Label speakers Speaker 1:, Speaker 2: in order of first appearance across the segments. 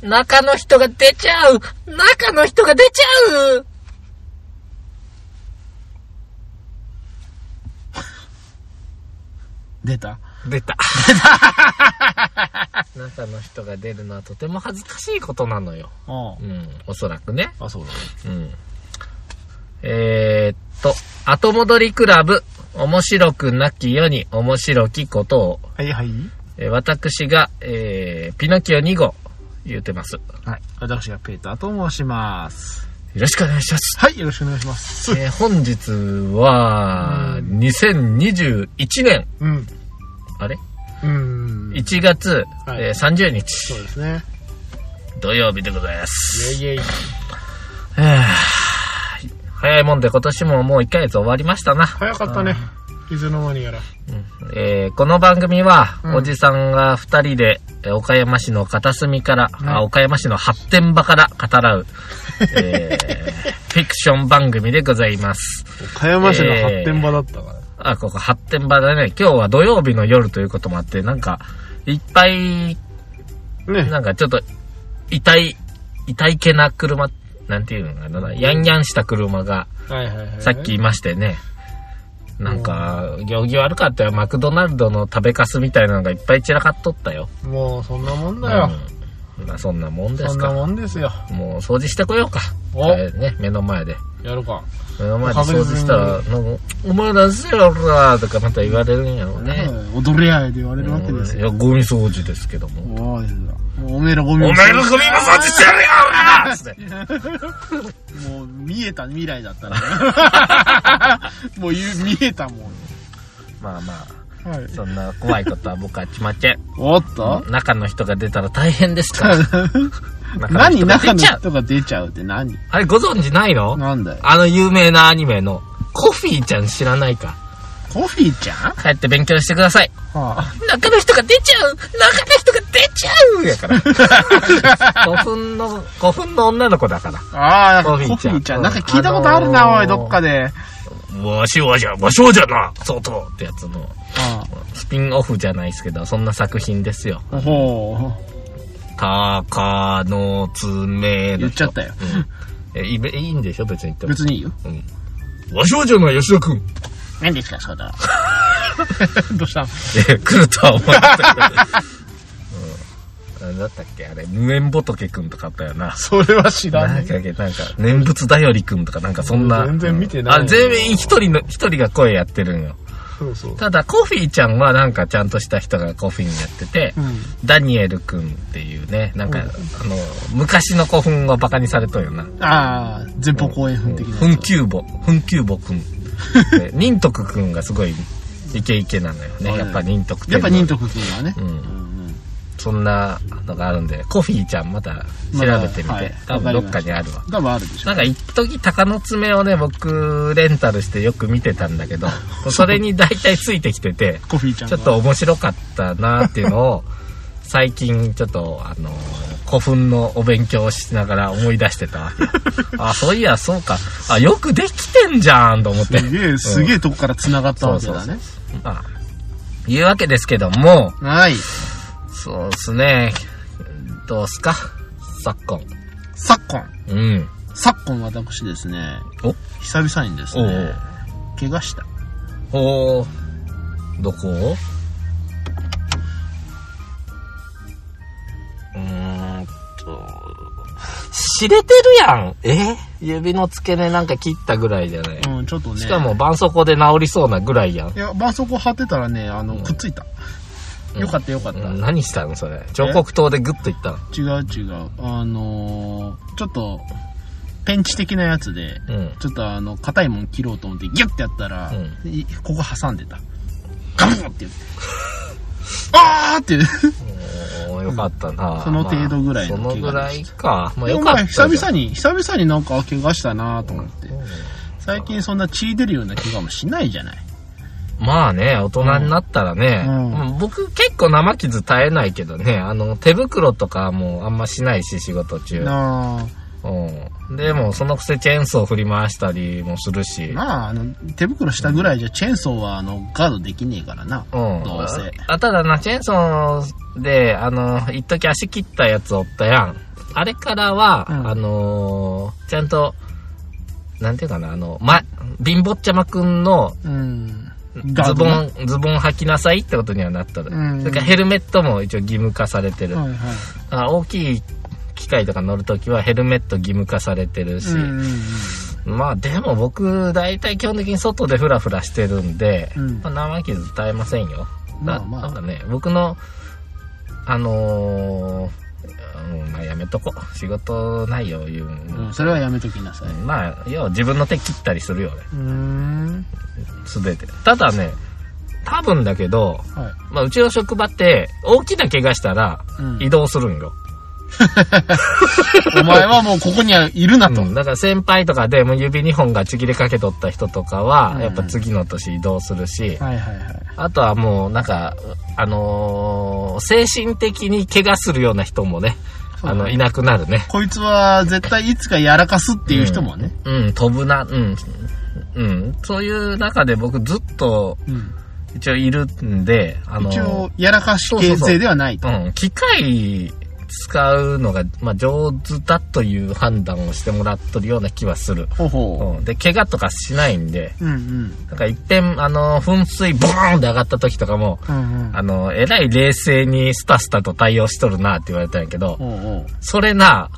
Speaker 1: 中の人が出ちゃう中の人が出ちゃう
Speaker 2: 出た
Speaker 1: 出 た。中の人が出るのはとても恥ずかしいことなのよ。
Speaker 2: あ
Speaker 1: うん、おそらくね。
Speaker 2: あ。あ、そうだね。
Speaker 1: うん。えー、っと、後戻りクラブ、面白くなき世に面白きことを、
Speaker 2: はいはい。
Speaker 1: えー私が、えー、ピノキオ2号、言うてます。よ
Speaker 2: はい。私がペーターと申します。
Speaker 1: ろしくお願いし ます。
Speaker 2: はい、よろしくお願いします。
Speaker 1: えー本日は、2021年、
Speaker 2: うん。
Speaker 1: あれ
Speaker 2: うん。
Speaker 1: ?1 月、
Speaker 2: はい
Speaker 1: えー30日
Speaker 2: そ、うですね。
Speaker 1: 土曜日でございます。
Speaker 2: イェイイェイ。
Speaker 1: はあ早いもんで今年ももう1ヶ月終わりましたな。
Speaker 2: 早かったね。いつの間にやら。
Speaker 1: えーこの番組は、
Speaker 2: うん
Speaker 1: おじさんが2人で、えー岡山市の片隅から、あ岡山市の発展場から語らう、え ーフィクション番組でございます。
Speaker 2: 岡山市の発展場だったから。
Speaker 1: あ、ここ発展場だね。今日は土曜日の夜ということもあって、なんか、いっぱい、
Speaker 2: ね。
Speaker 1: なんかちょっと、痛い、痛いけな車、なんていうのかな、ヤンヤンした車が、
Speaker 2: はいはいはい。
Speaker 1: さっき。言いましてね。なんか、行儀悪かったよ。マクドナルドの食べかすみたいなのがいっぱい散らかっとったよ。
Speaker 2: もうそんなもんだよ。
Speaker 1: うんまあそんなもんで
Speaker 2: そ
Speaker 1: す
Speaker 2: んな
Speaker 1: か。
Speaker 2: もんですよ。
Speaker 1: もう掃除してこようか。
Speaker 2: お
Speaker 1: あれね、目の前で。
Speaker 2: やるか。
Speaker 1: 目の前で掃除したら、なんか、お前なんせやろなとかまた言われるんやろうね。
Speaker 2: うん踊れ合いで言われるわけです
Speaker 1: い
Speaker 2: よ。
Speaker 1: や、ゴミ掃除ですけども。
Speaker 2: おおですよ。もうおめえらゴミ
Speaker 1: お
Speaker 2: も
Speaker 1: 前のゴミも掃除してやるよおらつって
Speaker 2: もう見えた未来だったら ね。もう言う見えたもん。
Speaker 1: まあまあ、
Speaker 2: はい。
Speaker 1: そんな怖いことは僕はちまっち ゃ
Speaker 2: おっと
Speaker 1: ん。中の人が出たら大変ですから。
Speaker 2: 何中
Speaker 1: 出
Speaker 2: の
Speaker 1: ちゃう
Speaker 2: 人が出ちゃうって何
Speaker 1: あれご存知ないの
Speaker 2: なんだよ。
Speaker 1: あの有名なアニメのコフィーちゃん知らないか。
Speaker 2: コフィーちゃん
Speaker 1: 帰って勉強してください。
Speaker 2: はあ。
Speaker 1: 中の人が出ちゃう中の人が出ちゃうや から。古墳の、古墳の女の子だから。
Speaker 2: ああ、なんか
Speaker 1: コ
Speaker 2: コ
Speaker 1: フ
Speaker 2: フ
Speaker 1: ィ
Speaker 2: ィ
Speaker 1: ー
Speaker 2: ー
Speaker 1: ち
Speaker 2: ち
Speaker 1: ゃ
Speaker 2: ゃ
Speaker 1: ん
Speaker 2: ん。なんか聞いたことある
Speaker 1: あの
Speaker 2: な、
Speaker 1: ー
Speaker 2: おい、どっかで。
Speaker 1: わしはじゃ、わしはじゃな、そうとってやつの、
Speaker 2: あ
Speaker 1: スピンオフじゃないですけど、そんな作品ですよ。
Speaker 2: あ。ほう。
Speaker 1: たかのつめ
Speaker 2: 言っちゃったよ。
Speaker 1: えいいべいいんでしょ別に言っても
Speaker 2: 別にいいよ。
Speaker 1: うん。わしはじゃない、吉田くん。
Speaker 2: 何ですか、それは。 どうしたの
Speaker 1: え 来るとは思ったけど。 うん。なんだったっけあれ、無縁仏くんとかあったよな。
Speaker 2: それは知ら
Speaker 1: なん
Speaker 2: ね
Speaker 1: か、なんか、念仏だよりくんとか、なんかそんな。
Speaker 2: 全然見てない
Speaker 1: うんあ、全員一人の、一人が声やってるんよ。
Speaker 2: そうそう。
Speaker 1: ただ、コフィーちゃんはなんかちゃんとした人がコフィーにやってて、
Speaker 2: うん。
Speaker 1: ダニエルくんっていうね、なんか、あの、昔の古墳をバカにされとるよな。
Speaker 2: ああ、前方後円墳的な
Speaker 1: 墳
Speaker 2: やつ。
Speaker 1: 丘墓、墳丘墓 くん。で仁徳くんがすごいイケイケなのよね。
Speaker 2: はい
Speaker 1: やっぱ仁徳
Speaker 2: やっぱ忍
Speaker 1: 徳。
Speaker 2: 徳君はね
Speaker 1: う。ん
Speaker 2: う。んうん
Speaker 1: そんなのがあるんで、コフィーちゃんまた調べてみて、
Speaker 2: まだはい
Speaker 1: 多分どっかにあるわ。
Speaker 2: 多分あるでしょ
Speaker 1: なん。か一時鷹の爪をね、僕、レンタルしてよく見てたんだけ ど、それに大体ついてきてて、
Speaker 2: コフィーちゃん
Speaker 1: ちょ
Speaker 2: が
Speaker 1: っと面白かったなっていうのを、最近ちょっと、あの、古墳のお勉強をしながら思い出してたわ けよ。あ、そういや、そうか。あ、よくできてんじゃんと思って。
Speaker 2: すげえ、すげえとこから繋がったわけだ
Speaker 1: そう
Speaker 2: ね。
Speaker 1: まあ、いうわけですけども、
Speaker 2: はい。
Speaker 1: そうっすね。どうすか昨今。
Speaker 2: 昨今。
Speaker 1: うん。
Speaker 2: 昨今私ですね、
Speaker 1: お
Speaker 2: 久々にです
Speaker 1: お
Speaker 2: ね
Speaker 1: う、
Speaker 2: 怪我した。
Speaker 1: おうどこうーんと、知れてるやん。え指の付け根なんか切ったぐらいじゃない。
Speaker 2: うん、ちょっとね。
Speaker 1: しかも、絆創膏で治りそうなぐらいやん
Speaker 2: い。や、絆創膏貼ってたらね、あの、くっついた。
Speaker 1: うん
Speaker 2: よかったよかった。
Speaker 1: うん何したのそれ。彫刻刀でグッといったの。
Speaker 2: 違う違う。あのー、ちょっと、ペンチ的なやつで、
Speaker 1: うん。
Speaker 2: ちょっとあの、硬いもん切ろうと思って、ギュッてやったら、
Speaker 1: う
Speaker 2: いここ挟んでた。ガブン って言って。あーって。
Speaker 1: おーよかったな。
Speaker 2: その程度ぐらいの
Speaker 1: まあそのぐらいか。まあ
Speaker 2: で
Speaker 1: よ
Speaker 2: も
Speaker 1: か
Speaker 2: ま
Speaker 1: っ
Speaker 2: あ
Speaker 1: た
Speaker 2: 久
Speaker 1: に。
Speaker 2: 々に、久々になんか怪我したなと思って。最近そんな血出るような怪我もしないじゃない。
Speaker 1: まあね、大人になったらね、
Speaker 2: うん
Speaker 1: うん僕結構生傷絶えないけどね、あの、手袋とかもあんましないし、仕事中。
Speaker 2: なあ
Speaker 1: うん。でも、そのくせチェーンソー振り回したりもするし。
Speaker 2: まあ、あの、手袋したぐらいじゃ、チェーンソーは、あの、ガードできねえからな。
Speaker 1: うん。
Speaker 2: どうせ。
Speaker 1: あ、ただな、チェーンソーで、あの、一時足切ったやつおったやん。あれからは、
Speaker 2: うん
Speaker 1: あのーちゃんと、なんていうかな、あの、ま、貧乏ちゃまくんの
Speaker 2: うん。
Speaker 1: ズボ
Speaker 2: な
Speaker 1: ン、ズボン履きなさいってことにはなったの
Speaker 2: うん
Speaker 1: それからヘルメットも一応義務化されてる。
Speaker 2: はいはい。
Speaker 1: あ大きい機械とか乗るときはヘルメット義務化されてるし、
Speaker 2: うんうん
Speaker 1: まあでも僕、大体基本的に外でフラフラしてるんで、
Speaker 2: うん
Speaker 1: まあ、生傷耐えませんよ。
Speaker 2: ま
Speaker 1: だ
Speaker 2: あまあ
Speaker 1: なんかね、僕の、あのーうんまあやめとこ。仕事ないよ、言う
Speaker 2: うん。
Speaker 1: の
Speaker 2: うん、それはやめときなさい。
Speaker 1: まあ、要は自分の手切ったりするよね、
Speaker 2: うーん。
Speaker 1: すべて。ただね、多分だけど、
Speaker 2: は
Speaker 1: まあ、うちの職場って、大きな怪我したら
Speaker 2: い。うん
Speaker 1: 移動するんよ。
Speaker 2: お前はもうここにはいるなと。
Speaker 1: うんだから先輩とかでもう指2本がちぎれかけとった人とかは、
Speaker 2: うん
Speaker 1: やっぱ次の年移動するし、
Speaker 2: はいはいはい。
Speaker 1: あとはもうなんか、あのー精神的に怪我するような人もね、
Speaker 2: そう
Speaker 1: あ
Speaker 2: だね
Speaker 1: の、いなくなるね。
Speaker 2: こいつは絶対いつかやらかすっていう人もね。
Speaker 1: うん、飛ぶな、うん。うん、そういう中で僕ずっと
Speaker 2: うん。
Speaker 1: 一応いるんで、あのー
Speaker 2: 一応、やらかし形成ではないと。
Speaker 1: うん、機械使うのが、まあ、上手だという判断をしてもらっとるような気はする。
Speaker 2: ほうほ
Speaker 1: うん、で、怪我とかしないんで、
Speaker 2: う。うんうん。
Speaker 1: なんか一点、あの、噴水ボーンって上がった時とかも、
Speaker 2: うんうん。
Speaker 1: あの、えらい冷静にスタスタと対応しとるなって言われたんやけど、
Speaker 2: ほうほう。
Speaker 1: それな、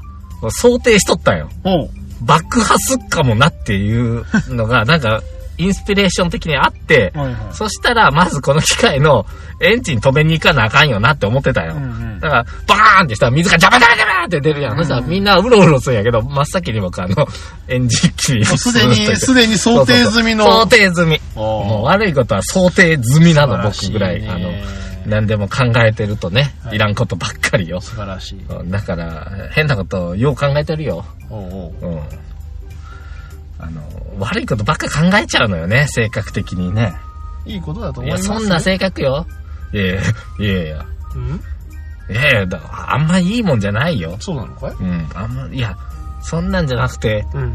Speaker 1: 想定しとったんよ。
Speaker 2: ほう。
Speaker 1: 爆破すっかもなっていうのが、 なんか、インスピレーション的にあって、
Speaker 2: はいは
Speaker 1: そしたら、まずこの機械のエンジン止めに行かなあかんよなって思ってたよ。
Speaker 2: い。うんうん
Speaker 1: だ。から、バーンってしたら水がジャバジャバジャバって出るやん。そしたらみんなうろうろするんやけど、真っ先に僕あの、エンジン切りに
Speaker 2: もうすでに、すでに想定済みの。
Speaker 1: 想定済み。
Speaker 2: おー
Speaker 1: もう悪いことは想定済みなの、
Speaker 2: 素晴らし
Speaker 1: 僕ぐらい。
Speaker 2: ね
Speaker 1: あの、何でも考えてるとね、いらんことばっかりよ。
Speaker 2: 素晴らしい。
Speaker 1: だから、変なことよう考えてるよ。
Speaker 2: おうおう
Speaker 1: うん。あの、悪いことばっか考えちゃうのよね、性格的にね。
Speaker 2: いいことだと
Speaker 1: い
Speaker 2: 思いま
Speaker 1: や、
Speaker 2: す。
Speaker 1: そんな性格よ。いやいや、いやいや。
Speaker 2: うん
Speaker 1: いやいや、だあんまいいもんじゃないよ。
Speaker 2: そうなのかい
Speaker 1: うん、あんま、いや、そんなんじゃなくて、
Speaker 2: うん。
Speaker 1: うん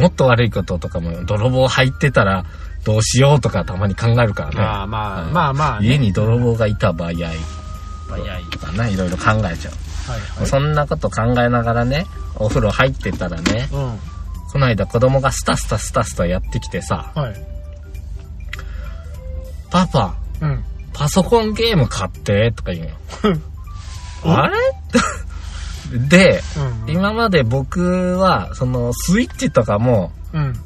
Speaker 1: もっと悪いこととかも、泥棒入ってたらどうしようとかたまに考えるからね。
Speaker 2: まあまあ、まあまあ、
Speaker 1: 家に泥棒がいた場合
Speaker 2: 早い。はい
Speaker 1: とかな、いろいろ考えちゃう。
Speaker 2: はい。
Speaker 1: そんなこと考えながらね、お風呂入ってたらね、
Speaker 2: うん。
Speaker 1: この間子供がスタスタスタスタやってきてさ、
Speaker 2: はい。
Speaker 1: パパ、
Speaker 2: うん。
Speaker 1: パソコンゲーム買って、とか言う
Speaker 2: うん
Speaker 1: の。あれ で、
Speaker 2: うん。
Speaker 1: 今まで僕は、その、スイッチとかも
Speaker 2: うん。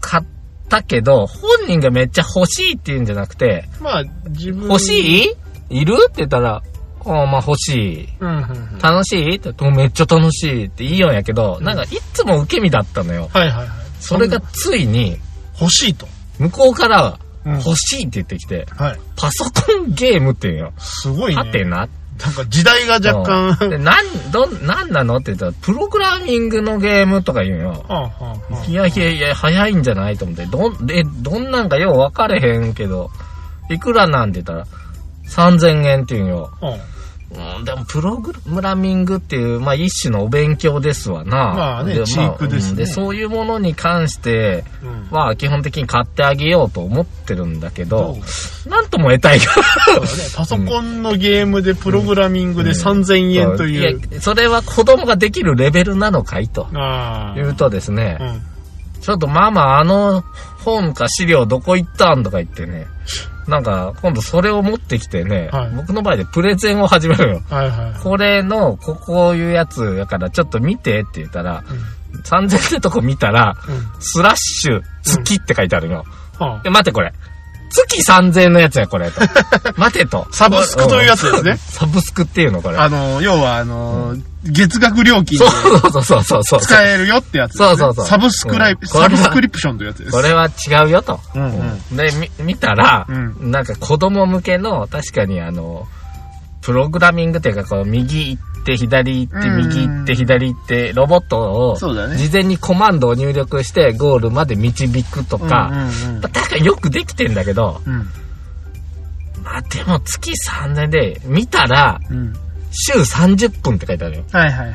Speaker 1: 買ったけど、本人がめっちゃ欲しいって言うんじゃなくて、
Speaker 2: まあ、自分。
Speaker 1: 欲し
Speaker 2: い
Speaker 1: いいるって言ったら、ああ、まあ欲しい。
Speaker 2: うん、うん、うん。
Speaker 1: 楽しいって言ってもめっちゃ楽しいって言いようんやけど、なんかいつも受け身だったのよ。
Speaker 2: はいはいはい。
Speaker 1: それがついに、
Speaker 2: 欲しいと。
Speaker 1: 向こうから、
Speaker 2: うん
Speaker 1: 欲しいって言ってきて、
Speaker 2: はい。
Speaker 1: パソコンゲームって言うんよ。
Speaker 2: すごいね。
Speaker 1: はてな。
Speaker 2: なんか時代が若
Speaker 1: うん
Speaker 2: 干。
Speaker 1: で、なん、どん、なんなのって言ったら、プログラミングのゲームとか言うんよ。
Speaker 2: はあはあはい
Speaker 1: やいやいや、早いんじゃないと思って、どん、え、どんなんかよう分かれへんけど、いくらなんて言ったら、3000円って言うんよ。
Speaker 2: あうん
Speaker 1: うん、でもプログラミングっていう、まあ、一種のお勉強ですわな。
Speaker 2: まあね
Speaker 1: で
Speaker 2: チークですね
Speaker 1: うんで、そういうものに関して
Speaker 2: うん。
Speaker 1: は、基本的に買ってあげようと思ってるんだけ
Speaker 2: どう
Speaker 1: ど、なんとも得体が。
Speaker 2: そうだね。パソコンのゲームでプログラミングで
Speaker 1: うん
Speaker 2: 3000円という。
Speaker 1: や、それは子供ができるレベルなのかいと。
Speaker 2: ああ。
Speaker 1: 言うとですね
Speaker 2: う、ん。
Speaker 1: ちょっとママ、あの本か資料どこ行ったんとか言ってね、なんか、今度それを持ってきてね、
Speaker 2: はい
Speaker 1: 僕の場合でプレゼンを始めるよ。
Speaker 2: はいはい。
Speaker 1: これの、ここういうやつやから、ちょっと見てって言ったら、3000ってとこ見たら、
Speaker 2: うん。うん。
Speaker 1: スラッシュ、月って書いてあるの。
Speaker 2: はあ
Speaker 1: え、待てこれ。月3000円のやつや、こ れ。と待てと。
Speaker 2: サブスクというやつですね
Speaker 1: んサブスクっていうの、これ。
Speaker 2: あの、要は、あの、月額料金で
Speaker 1: そうそうそうそうそう。
Speaker 2: 使えるよってやつですね、
Speaker 1: そうそうそう
Speaker 2: サブスクライ、
Speaker 1: うんこれ
Speaker 2: サ
Speaker 1: は
Speaker 2: ブスクリプションというやつです。
Speaker 1: これは違うよと。
Speaker 2: うんうん
Speaker 1: で、み見たら、
Speaker 2: うん
Speaker 1: なんか子供向けの、確かにあの、プログラミングというか、こう、右行って、左行って、
Speaker 2: うん
Speaker 1: 右行って、左行って、ロボットを、
Speaker 2: そうだね
Speaker 1: 事前にコマンドを入力して、ゴールまで導くとか、
Speaker 2: うんうんうん
Speaker 1: まあ確かによくできてんだけど、
Speaker 2: うん。
Speaker 1: まあでも月3000円で、見たら、
Speaker 2: うん。
Speaker 1: 週30分って書いてあるよ。
Speaker 2: はいはいはいはい。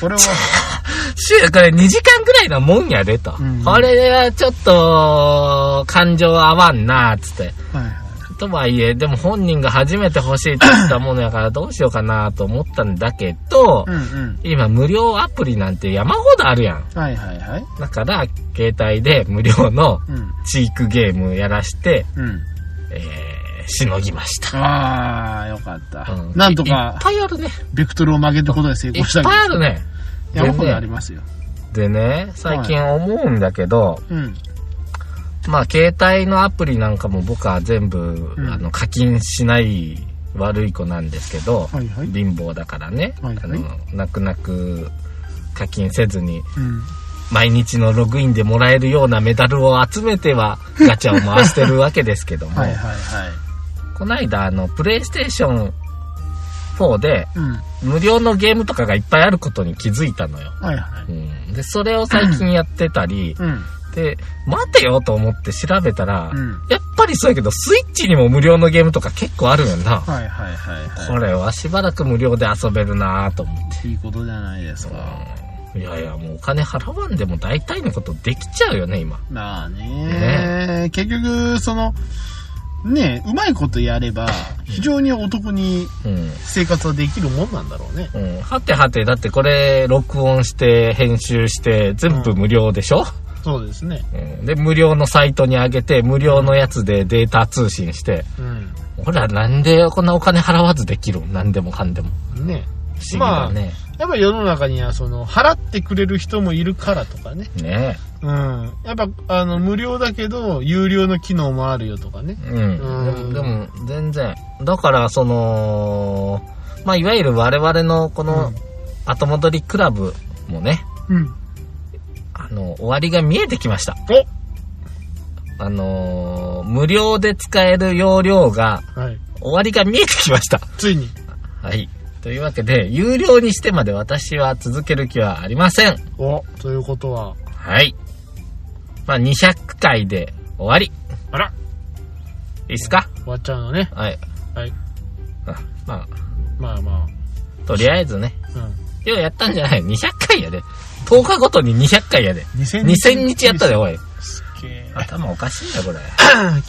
Speaker 2: これは、
Speaker 1: 週、これ2時間ぐらいのもんやでと。
Speaker 2: うん
Speaker 1: これはちょっと、感情合わんな、つって。
Speaker 2: はいはい。
Speaker 1: とはいえ、でも本人が初めて欲しいって言ったものやからどうしようかなと思ったんだけど
Speaker 2: う、んうん。
Speaker 1: 今無料アプリなんて山ほどあるやん。
Speaker 2: はいはいはい。
Speaker 1: だから、携帯で無料の
Speaker 2: うん。
Speaker 1: チークゲームやらして、
Speaker 2: うん。
Speaker 1: えー、しのぎました。
Speaker 2: ああ、よかった。
Speaker 1: うん
Speaker 2: なんと
Speaker 1: い
Speaker 2: か
Speaker 1: っ、ぱいあるね。
Speaker 2: ベクトルを曲げたことで成
Speaker 1: いっ
Speaker 2: 功したけ
Speaker 1: ぱいあるね。
Speaker 2: ど、山ほどありますよ。
Speaker 1: でね、最近思うんだけど、
Speaker 2: うん。
Speaker 1: まあ、携帯のアプリなんかも僕は全部、
Speaker 2: うん
Speaker 1: あの課金しない悪い子なんですけど、
Speaker 2: はいはい。
Speaker 1: 貧乏だからね、
Speaker 2: はいはい
Speaker 1: あの泣く泣く課金せずに
Speaker 2: うん。
Speaker 1: 毎日のログインでもらえるようなメダルを集めてはガチャを回してるわけですけども
Speaker 2: はいはいはい。
Speaker 1: こないだあのプレイステーション4で
Speaker 2: うん。
Speaker 1: 無料のゲームとかがいっぱいあることに気づいたのよ、
Speaker 2: はいは
Speaker 1: う
Speaker 2: い。
Speaker 1: ん、でそれを最近やってたり、
Speaker 2: うん。
Speaker 1: で待てよと思って調べたら、
Speaker 2: うん。
Speaker 1: やっぱりそうやけど、スイッチにも無料のゲームとか結構あるよな。
Speaker 2: はいはいはいは
Speaker 1: これはしばらく無料で遊べるなと思って。
Speaker 2: い。いいことじゃないですか。
Speaker 1: いやいや、もうお金払わんでも大体のことできちゃうよね、今。
Speaker 2: まあね結局、その、ねうまいことやれば、非常にお得に
Speaker 1: うん。
Speaker 2: 生活はできるもんなんだろうね。
Speaker 1: うん、はてはて、だってこれ、録音して、編集して、全部無料でしょ、
Speaker 2: そうですね。
Speaker 1: うんで、無料のサイトに上げて、無料のやつでデータ通信して、
Speaker 2: うん。
Speaker 1: 俺らなんでこんなお金払わずできるんなんでもかんでも。
Speaker 2: ね
Speaker 1: 不思議だね。
Speaker 2: やっぱ世の中には、その、払ってくれる人もいるからとかね。
Speaker 1: ね
Speaker 2: うん。やっぱ、あの、無料だけど、有料の機能もあるよとかね。
Speaker 1: うん、
Speaker 2: うん
Speaker 1: でもでも全然だからそのまあいわゆる我々のこ
Speaker 2: う
Speaker 1: の
Speaker 2: ん
Speaker 1: 後戻りクラブもね
Speaker 2: うん。
Speaker 1: あの終わりが見えてきましたあのー無料で使える容量が
Speaker 2: おはい。
Speaker 1: 終わりが見えてきました
Speaker 2: ついに。
Speaker 1: はいというわけで有料にしてまで私は続ける気はありません
Speaker 2: おということは、
Speaker 1: はいまあ200回で終わり
Speaker 2: あら
Speaker 1: いいっすか
Speaker 2: 終わっちゃうのね。
Speaker 1: はい
Speaker 2: はい。
Speaker 1: あま
Speaker 2: まあま
Speaker 1: あとりあえずね
Speaker 2: あ。うん。
Speaker 1: ようやったんじゃない ?200 回やで。10日ごとに200回やで。
Speaker 2: 2000
Speaker 1: 2000日やったで、おい。
Speaker 2: すっげえ。
Speaker 1: 頭おかしいんだ、これ。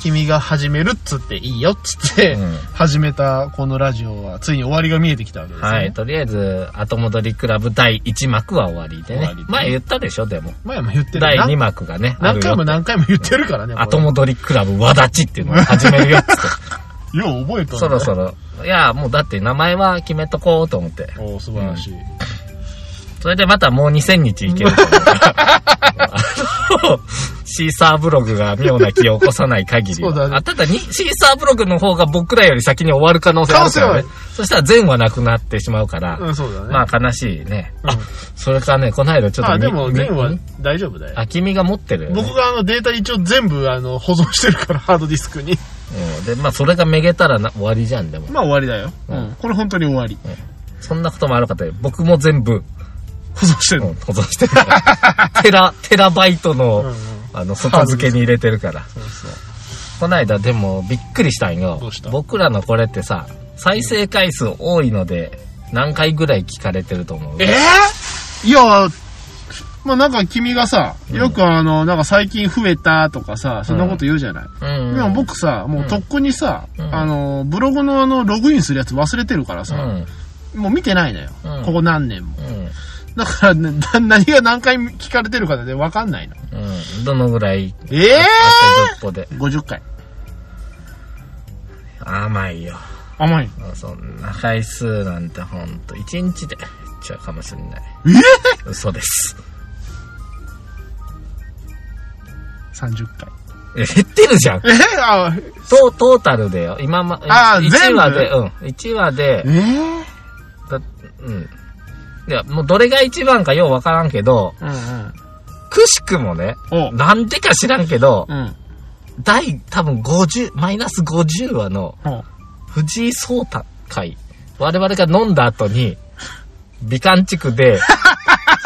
Speaker 2: 君が始めるっつっていいよっつって、
Speaker 1: うん
Speaker 2: 始めたこのラジオはついに終わりが見えてきたわけですね。
Speaker 1: はい。とりあえず、後戻りクラブ第1幕は終わりでね。
Speaker 2: 終わりで
Speaker 1: 前言ったでしょ、でも。
Speaker 2: 前も言ってる
Speaker 1: 第2
Speaker 2: な
Speaker 1: 幕がね、あ
Speaker 2: 何
Speaker 1: る
Speaker 2: 回
Speaker 1: よ
Speaker 2: も。何回も言ってるからね。これ
Speaker 1: 後戻りクラブわだちっていうのを始める よっつって。
Speaker 2: よう覚えたんだね
Speaker 1: そろそろ。いや、もうだって名前は決めとこうと思って。
Speaker 2: おー素晴らしい。
Speaker 1: それでまたもう2000日いけると思う から。あのシーサーブログが妙な気を起こさない限りは。
Speaker 2: そうだね
Speaker 1: あただに、シーサーブログの方が僕らより先に終わる可能性あるからね
Speaker 2: 可能性。
Speaker 1: そしたら全はなくなってしまうから。
Speaker 2: うん、そうだね。
Speaker 1: まあ悲しいね。
Speaker 2: うん
Speaker 1: あ、それからね、この間ちょっと
Speaker 2: あ、
Speaker 1: み。
Speaker 2: でも、
Speaker 1: み
Speaker 2: 全は大丈夫だよ。
Speaker 1: あ、君が持ってるよね、
Speaker 2: 僕があのデータ一応全部あの保存してるから、ハ ードディスクに。
Speaker 1: うん。で、まあそれがめげたらな終わりじゃん、でも。
Speaker 2: まあ終わりだよ。
Speaker 1: う
Speaker 2: うんん。これ本当に終わり。
Speaker 1: そんなこともあるかと。僕も全部、
Speaker 2: 保存して
Speaker 1: う
Speaker 2: る
Speaker 1: ん
Speaker 2: の。
Speaker 1: 保存してる から。テラ、テラバイトの、
Speaker 2: うんうん。
Speaker 1: あの、外付けに入れてるから。
Speaker 2: そうそう。
Speaker 1: こないだでもびっくりしたんよ
Speaker 2: どうした
Speaker 1: 僕らのこれってさ再生回数多いので何回ぐらい聞かれてると思う
Speaker 2: えーいや、まあなんか君がさ、よくあの、なんか最近増えたとかさ、そんなこと言うじゃない。
Speaker 1: うん
Speaker 2: でも僕さ、もうとっくにさ、
Speaker 1: ん
Speaker 2: あの、ブログのあの、ログインするやつ忘れてるから
Speaker 1: う
Speaker 2: さ、
Speaker 1: ん
Speaker 2: もう見てないのよ。
Speaker 1: うん
Speaker 2: ここ何年も。
Speaker 1: うん
Speaker 2: だから、ね、だ何が何回聞かれてるかなんてわかんないの。
Speaker 1: うんどのぐらい
Speaker 2: ええ
Speaker 1: 一歩で
Speaker 2: ー、!?50 回。
Speaker 1: 甘いよ
Speaker 2: 甘い。
Speaker 1: そんな回数なんてほんと1日でいっちゃうかもしれない
Speaker 2: え
Speaker 1: 嘘です
Speaker 2: ー、!30 回。
Speaker 1: いや減ってるじゃん
Speaker 2: えー、あ、
Speaker 1: トトータルでよ今ま
Speaker 2: あー
Speaker 1: 1
Speaker 2: 全部
Speaker 1: 話でうん1話で
Speaker 2: えー、
Speaker 1: だうんいやもうどれが一番かようわからんけど
Speaker 2: うんうん。
Speaker 1: くしくもね
Speaker 2: お、
Speaker 1: なんでか知らんけど、
Speaker 2: うん。
Speaker 1: 第多分50、マイナス50話の
Speaker 2: お
Speaker 1: 藤井聡太会。我々が飲んだ後に、美観地区で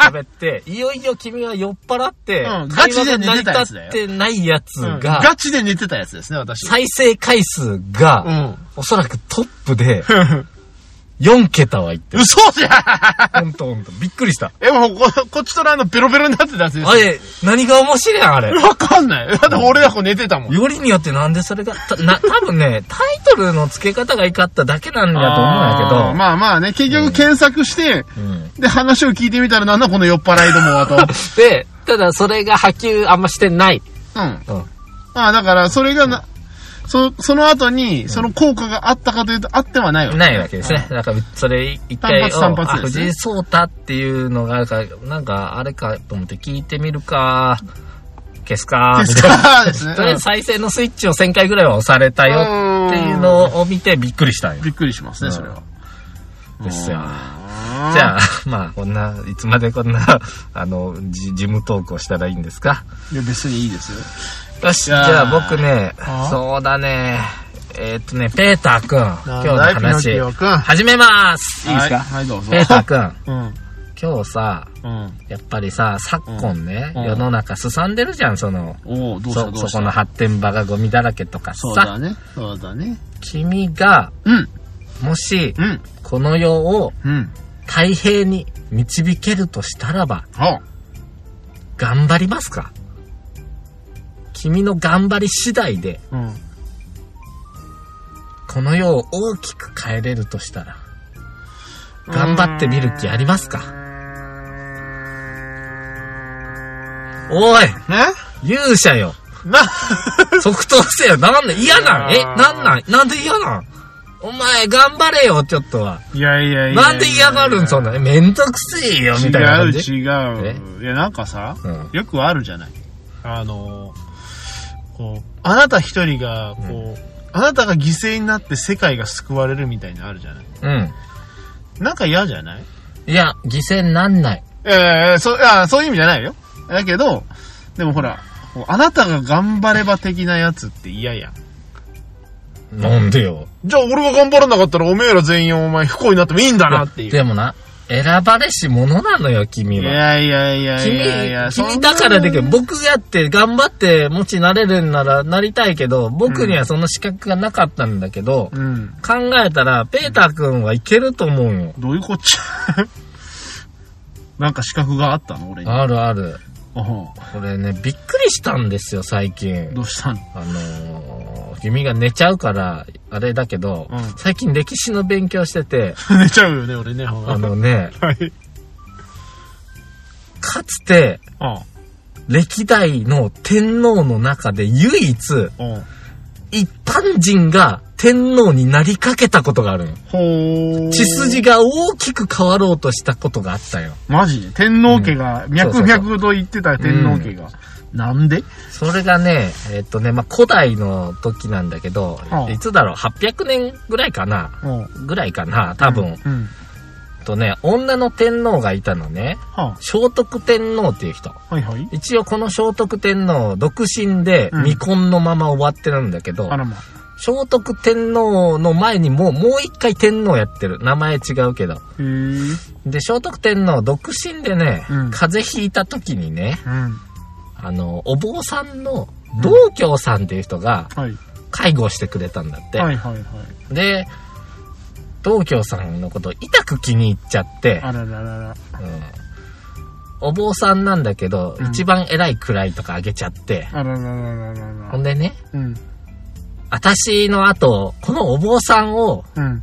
Speaker 1: 喋って、いよいよ君は酔っ払って、
Speaker 2: う
Speaker 1: 会話
Speaker 2: ん
Speaker 1: が
Speaker 2: ガチ
Speaker 1: 成
Speaker 2: で寝
Speaker 1: り
Speaker 2: てたやつ
Speaker 1: 立
Speaker 2: だ
Speaker 1: っ
Speaker 2: よ
Speaker 1: てないやつ
Speaker 2: うん
Speaker 1: が、
Speaker 2: ガチで寝てたやつですね、私。
Speaker 1: 再生回数
Speaker 2: う
Speaker 1: が、
Speaker 2: ん。
Speaker 1: おそらくトップで、 4桁はいってる。
Speaker 2: 嘘じゃん
Speaker 1: ほんとほんと。びっくりした。
Speaker 2: え、もうこ、こっちとらあの、ベロベロになってたやつです
Speaker 1: あれ、何が面白いんあれ。
Speaker 2: わかんない。だって俺らこう寝てたもん。
Speaker 1: よりによってなんでそれが、た、な、多分ね、タイトルの付け方がいかっただけなんだと思
Speaker 2: あー
Speaker 1: うんや
Speaker 2: まあまあね、結局検索し
Speaker 1: け
Speaker 2: て、
Speaker 1: ど。うん。
Speaker 2: で、話を聞いてみたらなんだこの酔っ払いどもはと。
Speaker 1: で、ただそれが波及あんましてない。
Speaker 2: うん。
Speaker 1: うん。
Speaker 2: まあだから、それがな、そ、その後に、その効果があったかというと、あってはないわけ。
Speaker 1: ないわけですね。だから、それ一回
Speaker 2: 単発単発
Speaker 1: あ
Speaker 2: です
Speaker 1: 藤
Speaker 2: ね
Speaker 1: 井聡太っていうのがあるから、なんか、あれかと思って聞いてみるか、消すか、みたいな。
Speaker 2: そう ですね
Speaker 1: と。りあえず再生のスイッチを1000回ぐらいは押されたよ
Speaker 2: うん
Speaker 1: っていうのを見てびっくりしたん
Speaker 2: びっくりしますね、それは。
Speaker 1: ですよ。じ
Speaker 2: じ
Speaker 1: ゃあ、
Speaker 2: ゃ
Speaker 1: まあ、こんな、いつまでこんな、 あの、じ事務トークをしたらいいんですか
Speaker 2: いや、別にいいですよ。
Speaker 1: よし、
Speaker 2: い
Speaker 1: じ
Speaker 2: やー
Speaker 1: ゃあ僕ね
Speaker 2: あ、
Speaker 1: そうだね、えーっとね、ペーターくん、今日の
Speaker 2: なんだいピ
Speaker 1: 話、
Speaker 2: ノキオくん
Speaker 1: 始めます
Speaker 2: はいはい、 どうぞ
Speaker 1: ペ。ーターくん、
Speaker 2: うん。
Speaker 1: 今日さ、
Speaker 2: うん。
Speaker 1: やっぱりさ、昨今ね、
Speaker 2: うん
Speaker 1: 世の中すさんでるじゃん、その、
Speaker 2: おおどうした
Speaker 1: そ
Speaker 2: どうした
Speaker 1: そこの発展場がゴミだらけとか
Speaker 2: そう
Speaker 1: さ、
Speaker 2: だね。そうだね。
Speaker 1: 君が、
Speaker 2: うん。
Speaker 1: もし、
Speaker 2: うん。
Speaker 1: この世を
Speaker 2: うん。
Speaker 1: 太平に導けるとしたらば、
Speaker 2: は
Speaker 1: 頑張りますか君の頑張り次第で、
Speaker 2: あ。うん。
Speaker 1: この世を大きく変えれるとしたら、頑張ってみる気ありますかおい
Speaker 2: え
Speaker 1: 勇者よ
Speaker 2: な、
Speaker 1: 即答せよなんで嫌なん
Speaker 2: い
Speaker 1: え
Speaker 2: やー
Speaker 1: なんなんなんで嫌なんお前頑張れよちょっとは。
Speaker 2: いやいやいや。
Speaker 1: なんで嫌がるんそんな。えめんどくせえよみたいな
Speaker 2: 違
Speaker 1: 感
Speaker 2: う
Speaker 1: じ。
Speaker 2: 違う。いや、なんかさ、
Speaker 1: うん
Speaker 2: よくあるじゃない。あの、こう、あなた一人が、こう、あなたが犠牲になって世界が救われるみたいなのあるじゃない。
Speaker 1: うん。
Speaker 2: なんか嫌じゃない
Speaker 1: いや、犠牲になんない。
Speaker 2: ええそう、いや、そういう意味じゃないよ。だけど、でもほら、こうあなたが頑張れば的なやつって嫌やん。
Speaker 1: なんでよ。
Speaker 2: じゃあ俺が頑張らなかったらおめえら全員お前不幸になってもいいんだなっていう。
Speaker 1: でもな、選ばれし者なのよ、君
Speaker 2: い
Speaker 1: は。
Speaker 2: やいやいやいやいや。
Speaker 1: 君、
Speaker 2: そん
Speaker 1: 君
Speaker 2: な
Speaker 1: だからできる。僕やって頑張って持ちなれるんならなりたいけど、僕にはその資格がなかったんだけど、
Speaker 2: うん。
Speaker 1: 考えたら、ペーター君はいけると思うよ。
Speaker 2: どういうこっちゃ なんか資格があったの俺に。
Speaker 1: あるある。
Speaker 2: お
Speaker 1: これね、びっくりしたんですよ、最近。
Speaker 2: どうしたの
Speaker 1: あのー、君が寝ちゃうから、あれだけど、
Speaker 2: うん
Speaker 1: 最近歴史の勉強してて、
Speaker 2: 寝ちゃうよね、俺ね。
Speaker 1: あ
Speaker 2: あ
Speaker 1: のね、
Speaker 2: はい。
Speaker 1: かつて、
Speaker 2: あ
Speaker 1: 歴代の天皇の中で唯一、
Speaker 2: うん。
Speaker 1: 一般人が天皇になりかけたことがあるの。
Speaker 2: ほー。
Speaker 1: 血筋が大きく変わろうとしたことがあったよ。
Speaker 2: マジで天皇家が、脈
Speaker 1: そうそう
Speaker 2: 々と言ってた天皇家が。なんで
Speaker 1: それがね、えっとね、まあ、古代の時なんだけど、
Speaker 2: はあ
Speaker 1: いつだろう、800年ぐらいかな
Speaker 2: うん。
Speaker 1: ぐらいかな多分、
Speaker 2: うん。
Speaker 1: とね、女の天皇がいたのね、
Speaker 2: は
Speaker 1: 聖徳天皇っていう人。
Speaker 2: あ、はいはい。
Speaker 1: 一応この聖徳天皇、独身で
Speaker 2: うん
Speaker 1: 未婚のまま終わってるんだけど、
Speaker 2: あらま。
Speaker 1: 聖徳天皇の前にもう、もう一回天皇やってる。名前違うけど。
Speaker 2: へえ。うん。
Speaker 1: で、聖徳天皇、独身でね、
Speaker 2: うん
Speaker 1: 風邪ひいた時にね、あの、お坊さんの道教さんっていう人が
Speaker 2: はい。
Speaker 1: 介護してくれたんだって。
Speaker 2: はいはいはい。
Speaker 1: で、道教さんのことを痛く気に入っちゃって、
Speaker 2: あらららら。
Speaker 1: うんお坊さんなんだけど、
Speaker 2: うん
Speaker 1: 一番偉い位とかあげちゃって、
Speaker 2: あららららら
Speaker 1: ほんで
Speaker 2: ら。
Speaker 1: ね、
Speaker 2: うん。
Speaker 1: 私の後、このお坊さんを
Speaker 2: うん。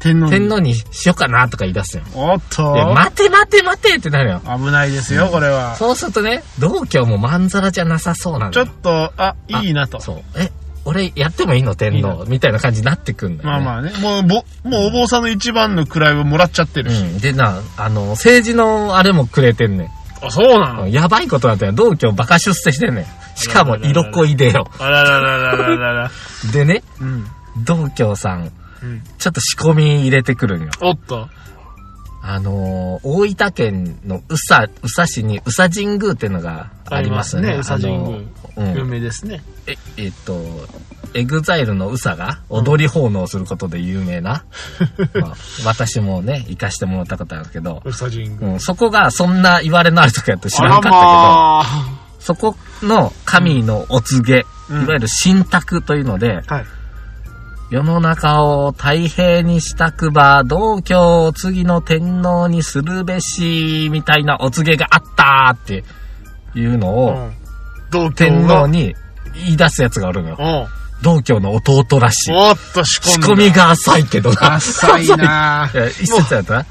Speaker 2: 天皇に
Speaker 1: 天皇にしようかなとか言い出すよ。
Speaker 2: おっと
Speaker 1: で、待て待て待てってなるよ。
Speaker 2: 危ないですよ、これは。
Speaker 1: そうするとね、道教もまんざらじゃなさそうなのよ。
Speaker 2: ちょっと、あ、いいなと。
Speaker 1: そう。え、俺やってもいいの天皇みたいな感じになってくんだよ、ね。
Speaker 2: まあまあね。もう、ぼ、もうお坊さんの一番の位をもらっちゃってるし。
Speaker 1: うん。でな、あの、政治のあれもくれてんね。
Speaker 2: あ、そうなん
Speaker 1: やばいことなんだよ。同居バカ出世してんねん。しかも色恋でよ。
Speaker 2: あらららららら ら。
Speaker 1: でね、
Speaker 2: うん。
Speaker 1: 同居さん、
Speaker 2: うん。
Speaker 1: ちょっと仕込み入れてくるんよ。
Speaker 2: おっと。
Speaker 1: あのー大分県の宇佐、宇佐市に宇佐神宮っていうのがありますね。
Speaker 2: ありますね宇佐神宮
Speaker 1: あの
Speaker 2: 有
Speaker 1: うん。
Speaker 2: 名ですね。
Speaker 1: え、えっと、エグザイルの宇佐が踊り奉納することで有名 な、まあ、私もね、行かしてもらったことあるけど、
Speaker 2: 宇佐神宮。
Speaker 1: うん、そこがそんな言われのある時やと知
Speaker 2: あ
Speaker 1: ら
Speaker 2: ら
Speaker 1: なかったけど、
Speaker 2: まあ。
Speaker 1: そこの神のお告げ、
Speaker 2: うん
Speaker 1: いわゆる神託というので、
Speaker 2: はい。
Speaker 1: 世の中を太平にしたくば、道教を次の天皇にするべし、みたいなお告げがあったっていうの
Speaker 2: う
Speaker 1: を、
Speaker 2: ん。同居
Speaker 1: 天
Speaker 2: が
Speaker 1: 皇。に言い出すやつがおるのよ
Speaker 2: う。ん。
Speaker 1: 道教の弟らしい。
Speaker 2: おっと仕込
Speaker 1: 仕
Speaker 2: んだ。
Speaker 1: 込みが浅いけどな。
Speaker 2: 浅いな
Speaker 1: 浅いいや一説やったな。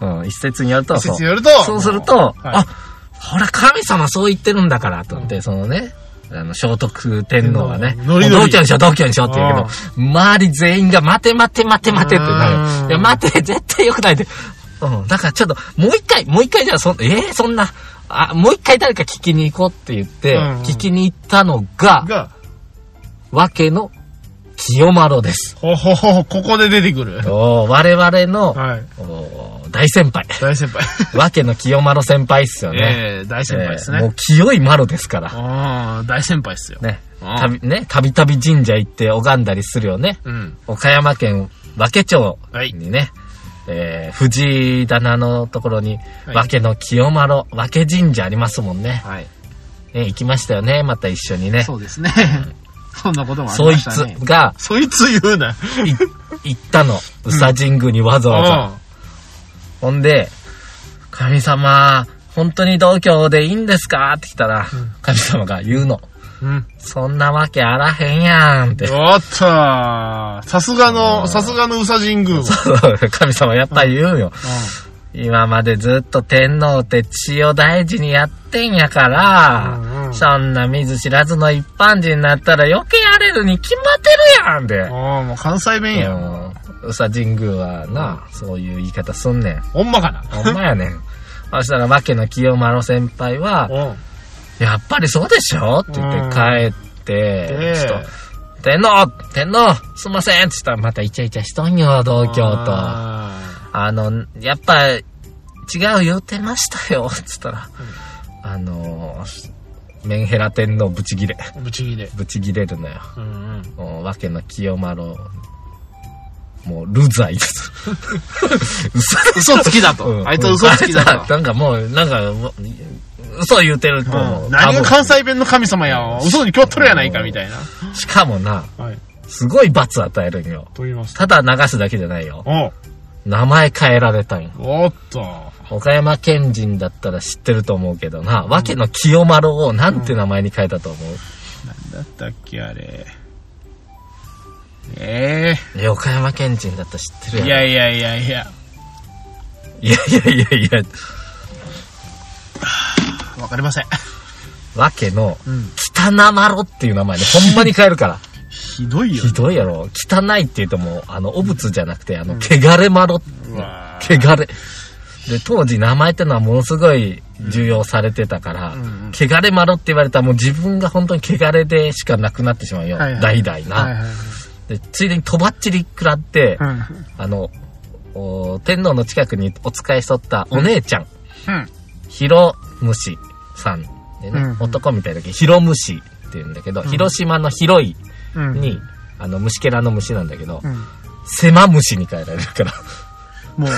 Speaker 2: うん。
Speaker 1: うん、一説によると、
Speaker 2: 一
Speaker 1: そう
Speaker 2: 説によると。
Speaker 1: そうすると、あ、ほら、神様そう言ってるんだから、と思って、そのね、あの、聖徳天皇がね、
Speaker 2: ノリノリ
Speaker 1: 同居にしよう、同居にしようって言うけど、周り全員が待て待て待て待てってな
Speaker 2: う
Speaker 1: る。
Speaker 2: ん
Speaker 1: いや、待て、絶対良くないで。うん、だからちょっと、もう一回、もう一回じゃあ、そん、えー、そんな、あ、もう一回誰か聞きに行こうって言って、
Speaker 2: うんうん
Speaker 1: 聞きに行ったのが、
Speaker 2: が、
Speaker 1: わけの清丸です。
Speaker 2: ほほほほ、ここで出てくる。
Speaker 1: おー我々の、
Speaker 2: はい。
Speaker 1: おー大先輩。
Speaker 2: 大先輩。
Speaker 1: わけの清丸先輩っす よね。
Speaker 2: ええ大先輩です
Speaker 1: えーも
Speaker 2: ね
Speaker 1: う。清いマロですから。
Speaker 2: うん、大先輩ですよ。
Speaker 1: ね。
Speaker 2: うん
Speaker 1: たび、ね、たびたび神社行って拝んだりするよね。
Speaker 2: うん。
Speaker 1: 岡山県和気町にね、えー、藤棚のところに、
Speaker 2: はい
Speaker 1: 和気の清丸、和気神社ありますもんね。
Speaker 2: はい。
Speaker 1: ね、行きましたよね、また一緒にね。
Speaker 2: そうですね。そんなこともあり
Speaker 1: そ
Speaker 2: ま
Speaker 1: い
Speaker 2: した
Speaker 1: つ
Speaker 2: ね。
Speaker 1: が、
Speaker 2: そいつ言うな。
Speaker 1: い、行った の。宇佐神宮にわざわざ。ほんで、神様、本当に同居でいいんですかって来たら、神様が言うの。
Speaker 2: うん。うん。
Speaker 1: そんなわけあらへんやんって。
Speaker 2: おっとーさすが
Speaker 1: う
Speaker 2: の、
Speaker 1: ん
Speaker 2: さすがの宇佐神宮。うん。
Speaker 1: 神様やっぱ言うんよ。今までずっと天皇って血を大事にやってんやから、
Speaker 2: うんうん
Speaker 1: そんな見ず知らずの一般人になったら余計やれるに決まってるやんで。
Speaker 2: ああ、もう関西弁や。
Speaker 1: うん。宇佐神宮はな、そういう言い方すんねん。
Speaker 2: ほんまかな。
Speaker 1: ほんまやねん。そしたら、わけの清丸先輩は、
Speaker 2: うん。
Speaker 1: やっぱりそうでしょって言
Speaker 2: う
Speaker 1: っ
Speaker 2: ん
Speaker 1: て帰って、
Speaker 2: で
Speaker 1: ちょっと、天皇天皇すんませんって言ったらまたイチャイチャしとんよ、同居と。あ
Speaker 2: あ
Speaker 1: の、やっぱ、違う言うてましたよ、 つったら、あの、メンヘラ天皇ブチギレ。
Speaker 2: ーぶち切れ。
Speaker 1: ブチギレるのよ。
Speaker 2: うんうん。
Speaker 1: もうわけの清丸、もう、ルザイです。 嘘
Speaker 2: 嘘つきだ
Speaker 1: うん
Speaker 2: と。あいつ嘘つきだ
Speaker 1: あいつ
Speaker 2: と。
Speaker 1: はなんかもう、なんか、嘘言うてると
Speaker 2: う
Speaker 1: 思う。
Speaker 2: ん何
Speaker 1: 多
Speaker 2: が
Speaker 1: 分
Speaker 2: 関西弁の神様やわ嘘に今日取るやないかみたいな。
Speaker 1: しかもな、
Speaker 2: はい。
Speaker 1: すごい罰与えるんよ。
Speaker 2: と言いますと。
Speaker 1: ただ流すだけじゃないよ。
Speaker 2: おう
Speaker 1: 名前変えられたんよ。
Speaker 2: おっと。
Speaker 1: 岡山県人だったら知ってると思うけどな、わけの清丸をなんて名前に変えたと思う、
Speaker 2: だったっけ、あれ。え
Speaker 1: いや岡山県人だったら知って
Speaker 2: え
Speaker 1: る
Speaker 2: い
Speaker 1: やん。
Speaker 2: やいやいやいや。
Speaker 1: いやいやいやいや、
Speaker 2: わかりません。
Speaker 1: わけの
Speaker 2: うん。
Speaker 1: 汚まろっていう名前でほんまに変えるから。
Speaker 2: ひどいよ。
Speaker 1: ひどいやろ。汚いって言うともう、あの、汚物じゃなくて、あの、汚れまろって
Speaker 2: うわー
Speaker 1: 汚れ。で、当時名前ってのはものすごい重要されてたから、
Speaker 2: うんうん
Speaker 1: 汚れまろって言われたらもう自分が本当に汚れでしかなくなってしまうよ。
Speaker 2: はいはい
Speaker 1: 代々な、
Speaker 2: はいはいはい
Speaker 1: で。ついでにとばっちり食らって、
Speaker 2: うん。
Speaker 1: あの、お天皇の近くにお使いしとったお姉ちゃん、
Speaker 2: うん。
Speaker 1: ひろむしさんでね、
Speaker 2: うんうん
Speaker 1: 男みたいだけど、ひろむしって言うんだけど、広島の広い
Speaker 2: うん
Speaker 1: に、あの、虫けらの虫なんだけど、
Speaker 2: うん
Speaker 1: 狭虫に変えられるから、
Speaker 2: もうね、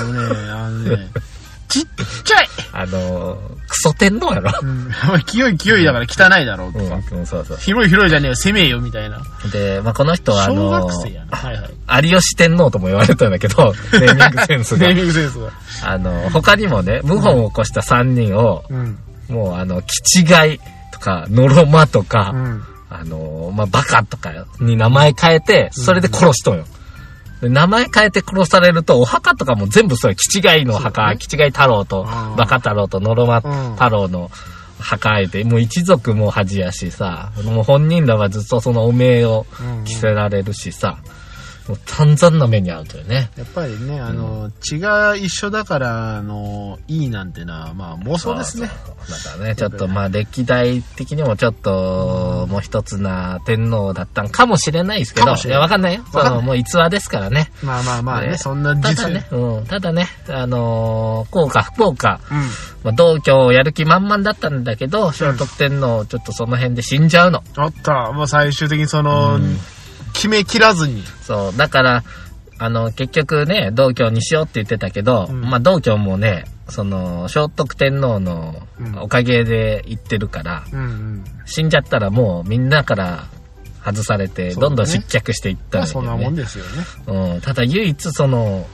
Speaker 2: あのね、 ちっちゃい、
Speaker 1: あのークソ天皇やろ。
Speaker 2: うん、清い清いだから汚いだろうとか、
Speaker 1: うん、そうそう。
Speaker 2: 広い広いじゃねえよ、攻めえよみたいな。
Speaker 1: で、まあ、この人は、あ
Speaker 2: 小
Speaker 1: の
Speaker 2: 学、生やな。はいはい。
Speaker 1: 有吉天皇とも言われたんだけ ど、ネーミングセンス
Speaker 2: ネ
Speaker 1: が
Speaker 2: ー。ミングセンスが。
Speaker 1: あの、他にもね、謀反を起こした3人を、
Speaker 2: うん。
Speaker 1: もう、あの、キチガイとか、ノロマとか、
Speaker 2: うん。
Speaker 1: あの、まあ、バカとかに名前変えて、それで殺しとんよ。で名前変えて殺されると、お墓とかも全部そういう、キチガイの
Speaker 2: そうだ
Speaker 1: 墓、
Speaker 2: ね
Speaker 1: キチガイ太郎と
Speaker 2: うん、
Speaker 1: バカ太郎と、ノロマ
Speaker 2: うん
Speaker 1: 太郎の墓へて、もう一族も恥やしさ、もう本人らはずっとその汚名を
Speaker 2: うん
Speaker 1: 着せられるしさ、もう散々な目に遭うというね。
Speaker 2: やっぱりね、あの、血が一緒だから、あの、いいなんてのは、まあ妄想ですね。
Speaker 1: そう。だからね、ちょっとまあ歴代的にもちょっと、もう一つな天皇だったんかもしれないですけ
Speaker 2: か
Speaker 1: ど、
Speaker 2: も
Speaker 1: い
Speaker 2: しれない
Speaker 1: や、わかんないよ。そ
Speaker 2: わかんない
Speaker 1: のもう逸話ですからね。
Speaker 2: まあまあまあね、
Speaker 1: ね
Speaker 2: そんな
Speaker 1: た
Speaker 2: 実
Speaker 1: だね、うん、ただね、あのー、福岡、福岡、
Speaker 2: うん。
Speaker 1: まあ、同居をやる気満々だったんだけど、聖徳天皇、ちょっとその辺で死んじゃうの。
Speaker 2: あった。もう最終的にその、決めきらずに。
Speaker 1: そう、だから、あの、結局ね、同居にしようって言ってたけど、
Speaker 2: うん
Speaker 1: まあ、同居もね、その、聖徳天皇の
Speaker 2: うん
Speaker 1: おかげで行ってるから、
Speaker 2: うんうん。
Speaker 1: 死んじゃったらもうみんなから、外されて、
Speaker 2: そうだね
Speaker 1: どんどん失脚していったん
Speaker 2: まあ
Speaker 1: だけ
Speaker 2: そ
Speaker 1: ど、
Speaker 2: ん
Speaker 1: ね
Speaker 2: なもんですよね。
Speaker 1: うん、ただ唯一その、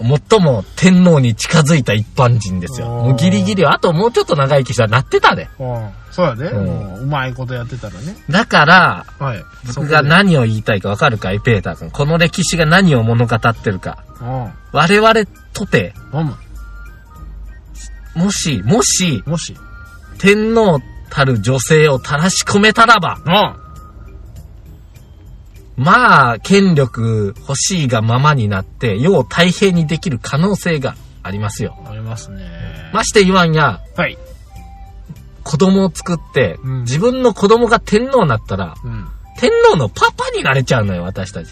Speaker 1: 最も天皇に近づいた一般人ですよ。
Speaker 2: おー
Speaker 1: もうギリギリ、あともうちょっと長生きしたらなってたで。
Speaker 2: うん。そうやで。
Speaker 1: うん
Speaker 2: もううまいことやってたらね。
Speaker 1: だから、
Speaker 2: はい。
Speaker 1: 僕が何を言いたいかわかるかいペーター君。この歴史が何を物語ってるか。
Speaker 2: そこで。うん。
Speaker 1: 我々とて、
Speaker 2: ママ、
Speaker 1: もし、もし、
Speaker 2: もし。
Speaker 1: 天皇たる女性をたらし込めたらば、
Speaker 2: うん。
Speaker 1: まあ、権力欲しいがままになって、世を太平にできる可能性がありますよ。
Speaker 2: ありますね。
Speaker 1: まして言わんや、
Speaker 2: はい。
Speaker 1: 子供を作って、
Speaker 2: うん
Speaker 1: 自分の子供が天皇になったら、
Speaker 2: うん。
Speaker 1: 天皇のパパになれちゃうのよ、私たち。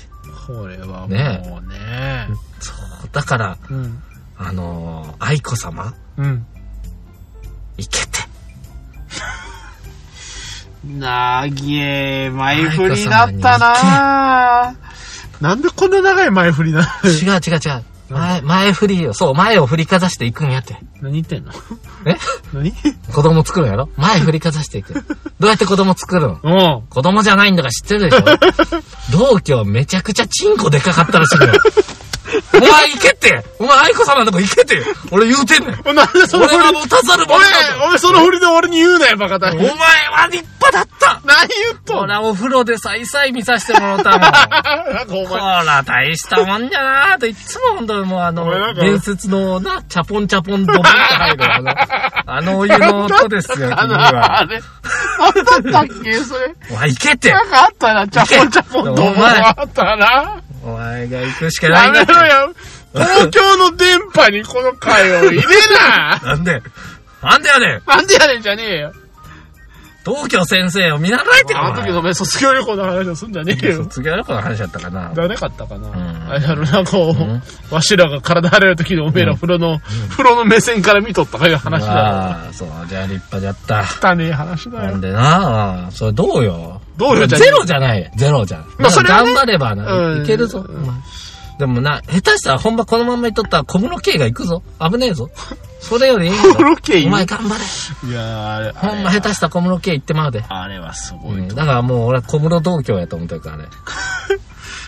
Speaker 2: これはもう
Speaker 1: ね
Speaker 2: ね。
Speaker 1: そう。だから、
Speaker 2: うん。
Speaker 1: あのー愛子様、
Speaker 2: うん。
Speaker 1: いけて。
Speaker 2: なげえ、前振りなったななんでこんな長い前振りなの
Speaker 1: 違う違う違う。前、前振りを、そう、前を振りかざしていくんやって。
Speaker 2: 何言ってんの
Speaker 1: え
Speaker 2: 何
Speaker 1: 子供作るんやろ前振りかざして いく。どうやって子供作るの
Speaker 2: うん。
Speaker 1: 子供じゃないんだから知ってるでしょ同居めちゃくちゃチンコでかかったらしいの よ。お前行けってお前愛子様のとこ行けって俺言うてんねん
Speaker 2: なんでその
Speaker 1: 俺
Speaker 2: 振り、
Speaker 1: は持たざる者だと
Speaker 2: 俺、俺その振りで俺に言うなよ、バカだ。
Speaker 1: お
Speaker 2: 何
Speaker 1: 前
Speaker 2: 言
Speaker 1: は立派だった
Speaker 2: っと
Speaker 1: ほ
Speaker 2: んの
Speaker 1: ら、お風呂でさいさい見させてもら ったもん。
Speaker 2: なんかお
Speaker 1: ほ
Speaker 2: 前、
Speaker 1: ら、大したもんじゃなぁと、いつも本当にもうあの
Speaker 2: お前なん、か
Speaker 1: 伝説のな、チャポンチャポンドボンって入るあ の、あのお湯の音ですよ、君
Speaker 2: あの、あ
Speaker 1: は。
Speaker 2: れ、なんだったっけそれ。
Speaker 1: お前行けって
Speaker 2: なんかあったな、チャポンチャポンと
Speaker 1: お前
Speaker 2: あったな。
Speaker 1: お前が行くしかない
Speaker 2: や
Speaker 1: ん
Speaker 2: め
Speaker 1: だって
Speaker 2: ろよ。東京の電波にこの回を入れ な。
Speaker 1: なんでなんでやねん
Speaker 2: なんでやねんじゃねえよ。
Speaker 1: 東京先生を見習えってか
Speaker 2: あの時のお前卒業旅行の話をすんじゃねえよ。
Speaker 1: 卒業旅行の話だったかな。
Speaker 2: 誰かったかな、
Speaker 1: ん
Speaker 2: あれだろうな、こう、
Speaker 1: ん
Speaker 2: わしらが体張れる時のおめえら風呂の、風呂の目線から見とったかいう話だよ。
Speaker 1: ああ、そう、じゃあ立派じゃった。
Speaker 2: 汚ねえ話だ
Speaker 1: なん
Speaker 2: よ。
Speaker 1: でなあ、それどうよ。
Speaker 2: どうよじゃねえ
Speaker 1: ゼロじゃないよ。ゼロじゃん。
Speaker 2: まあそれはね
Speaker 1: 頑張ればな、
Speaker 2: うん
Speaker 1: いけるぞ。まあでもな、下手したらほんまこのまんまいっとったら小室圭が行くぞ。危ねえ ぞ。それよりいいぞ。
Speaker 2: 風呂系い
Speaker 1: お
Speaker 2: い
Speaker 1: 前頑張れ。
Speaker 2: いやーあれ、
Speaker 1: ほんま下手したら小室圭行ってまうで。
Speaker 2: あれはすご
Speaker 1: う
Speaker 2: い。
Speaker 1: ん、だからもう俺は小室同居やと思ってる からね。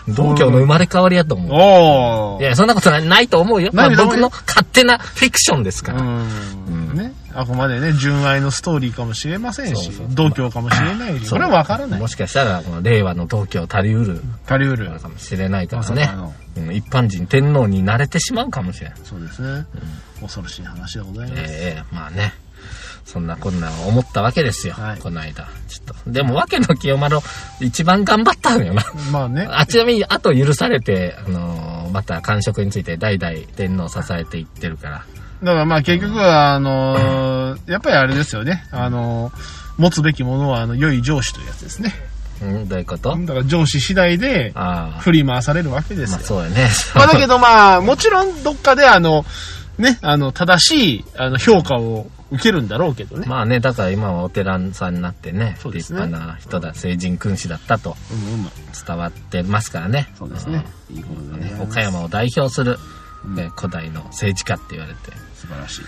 Speaker 1: 同居の生まれ変わりやと思う。
Speaker 2: お
Speaker 1: い
Speaker 2: ー。
Speaker 1: や、そんなことないないと思うよ。ま
Speaker 2: な
Speaker 1: あ、
Speaker 2: いと思う
Speaker 1: 僕
Speaker 2: よ
Speaker 1: の勝手なフィクションですから。
Speaker 2: うん。ね。あくまでね、純愛のストーリーかもしれませんし
Speaker 1: そうそ、
Speaker 2: 同居かもしれない
Speaker 1: そ
Speaker 2: し、
Speaker 1: う
Speaker 2: それはわからない
Speaker 1: も。しかしたら、この令和の東京足りうる
Speaker 2: 足りうる。
Speaker 1: かもしれないから
Speaker 2: ま
Speaker 1: ね
Speaker 2: さかの。
Speaker 1: うん一般人天皇に慣れてしまうかもしれない。
Speaker 2: そうですね。恐ろしい話でございます。
Speaker 1: ええまあね。そんなこんな思ったわけですよ。
Speaker 2: はい
Speaker 1: この間。ちょっと。でも、わけの清丸、一番頑張ったのよな。
Speaker 2: まあね。
Speaker 1: あちなみに、あと許されて、あのーまた官職について代々天皇を支えていってるから。
Speaker 2: だからまあ結局は、あのーやっぱりあれですよね。あのー持つべきものは、あの、良い上司というやつですね。
Speaker 1: うん、どういうこと、
Speaker 2: だから上司次第で
Speaker 1: ああ。
Speaker 2: 振り回されるわけです
Speaker 1: まあ、
Speaker 2: よ。
Speaker 1: そうやね。
Speaker 2: まあだけどまあ、もちろんどっかであの、ね、あの、正しい、あの、評価を受けるんだろうけどね。
Speaker 1: まあね、だから今はお寺さんになってね、
Speaker 2: そうです
Speaker 1: 立
Speaker 2: ね
Speaker 1: 派な人だ、成人君子だったと
Speaker 2: うんうん。
Speaker 1: 伝わってますからね。
Speaker 2: そうですね。いいことだ
Speaker 1: うん。ね
Speaker 2: ね。
Speaker 1: 岡山を代表する、ね古代の政治家って言われて。
Speaker 2: 素晴ら しい。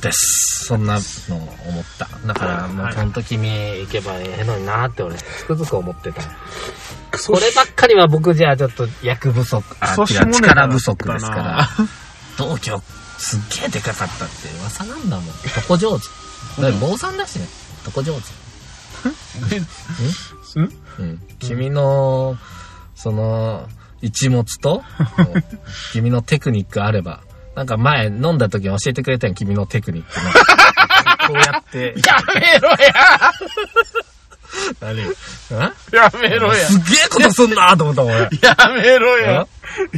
Speaker 1: です。そんなのを思った。だから、もうその時見行けばええのになって俺、つくづく思ってた。こればっかりは僕じゃあちょっと役不足、あ、
Speaker 2: クソ
Speaker 1: 違う
Speaker 2: 下ネタ
Speaker 1: 力不足ですか
Speaker 2: だ
Speaker 1: ら
Speaker 2: な。
Speaker 1: 同居、すっげえでかかったって噂なんだもん。床 上手。だから坊さんだしね。床上手。
Speaker 2: うん
Speaker 1: うん君の、その、一物と、君のテクニックあれば、なんか前飲んだ時に教えてくれたやん、君のテクニックの。こうやって、
Speaker 2: やめろ
Speaker 1: 何
Speaker 2: ややめろや
Speaker 1: すっげえことすんなと思ったもん、俺。
Speaker 2: やめろや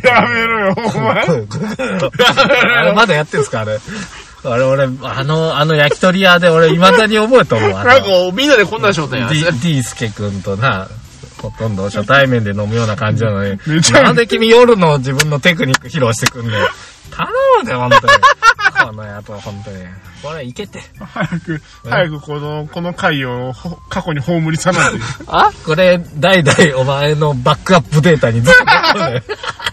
Speaker 2: やめろよ、 お前。
Speaker 1: あれまだやってんすかあれ。あれ、俺、あの、あの焼き鳥屋で俺、未だに覚えと思う。あ
Speaker 2: なん
Speaker 1: の、
Speaker 2: か、みんなでこんなんしようたんやん。
Speaker 1: D、D スケ君とな、ほとんど初対面で飲むような感じなのに
Speaker 2: め、ちゃ
Speaker 1: なんで君夜の自分のテクニック披露してくんねん。頼むで、ほんとに。この野郎、ほんとに。これ、いけて。
Speaker 2: 早く、早くこの、この回をほ過去に葬りさないで。
Speaker 1: あこれ、代々お前のバックアップデータにずっと残る ね。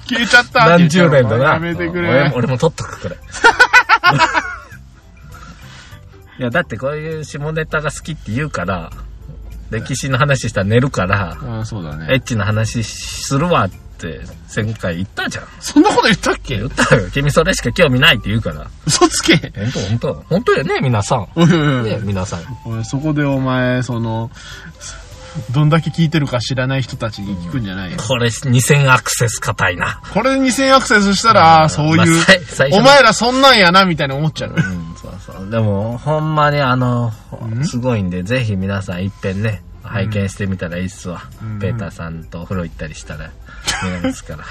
Speaker 2: 消えちゃったって言
Speaker 1: 何
Speaker 2: っちゃ
Speaker 1: 十
Speaker 2: う
Speaker 1: 年だな。
Speaker 2: やめてく
Speaker 1: 俺
Speaker 2: れ
Speaker 1: も。俺も取っとく、これ。 いや、だってこういう下ネタが好きって言うから、歴史の話したら寝るから、
Speaker 2: ああ、そうだ
Speaker 1: エ
Speaker 2: ね。
Speaker 1: ッチな話するわって前回言ったじゃん。
Speaker 2: そんなこと言ったっけ
Speaker 1: 言ったよ。君それしか興味ないって言うから。
Speaker 2: 嘘つけ
Speaker 1: 本当本当本当よね、皆さん。
Speaker 2: おいおいおい
Speaker 1: ね、皆さん。
Speaker 2: おいそこでお前、その、どんだけ聞いてるか知らない人たちに聞くんじゃないよ。
Speaker 1: これ2000アクセス硬いな。
Speaker 2: これ2000アクセスしたら、ああ、そう
Speaker 1: まあ
Speaker 2: いう
Speaker 1: さい最、初
Speaker 2: お前らそんなんやな、みたいに思っちゃう。
Speaker 1: うん、そうそう。でも、ほんまにあの、すごいんで、ぜひ皆さん一遍ね、拝見してみたらいいっすわ。
Speaker 2: ん
Speaker 1: ペーターさんとお風呂行ったりした ら、見れますから。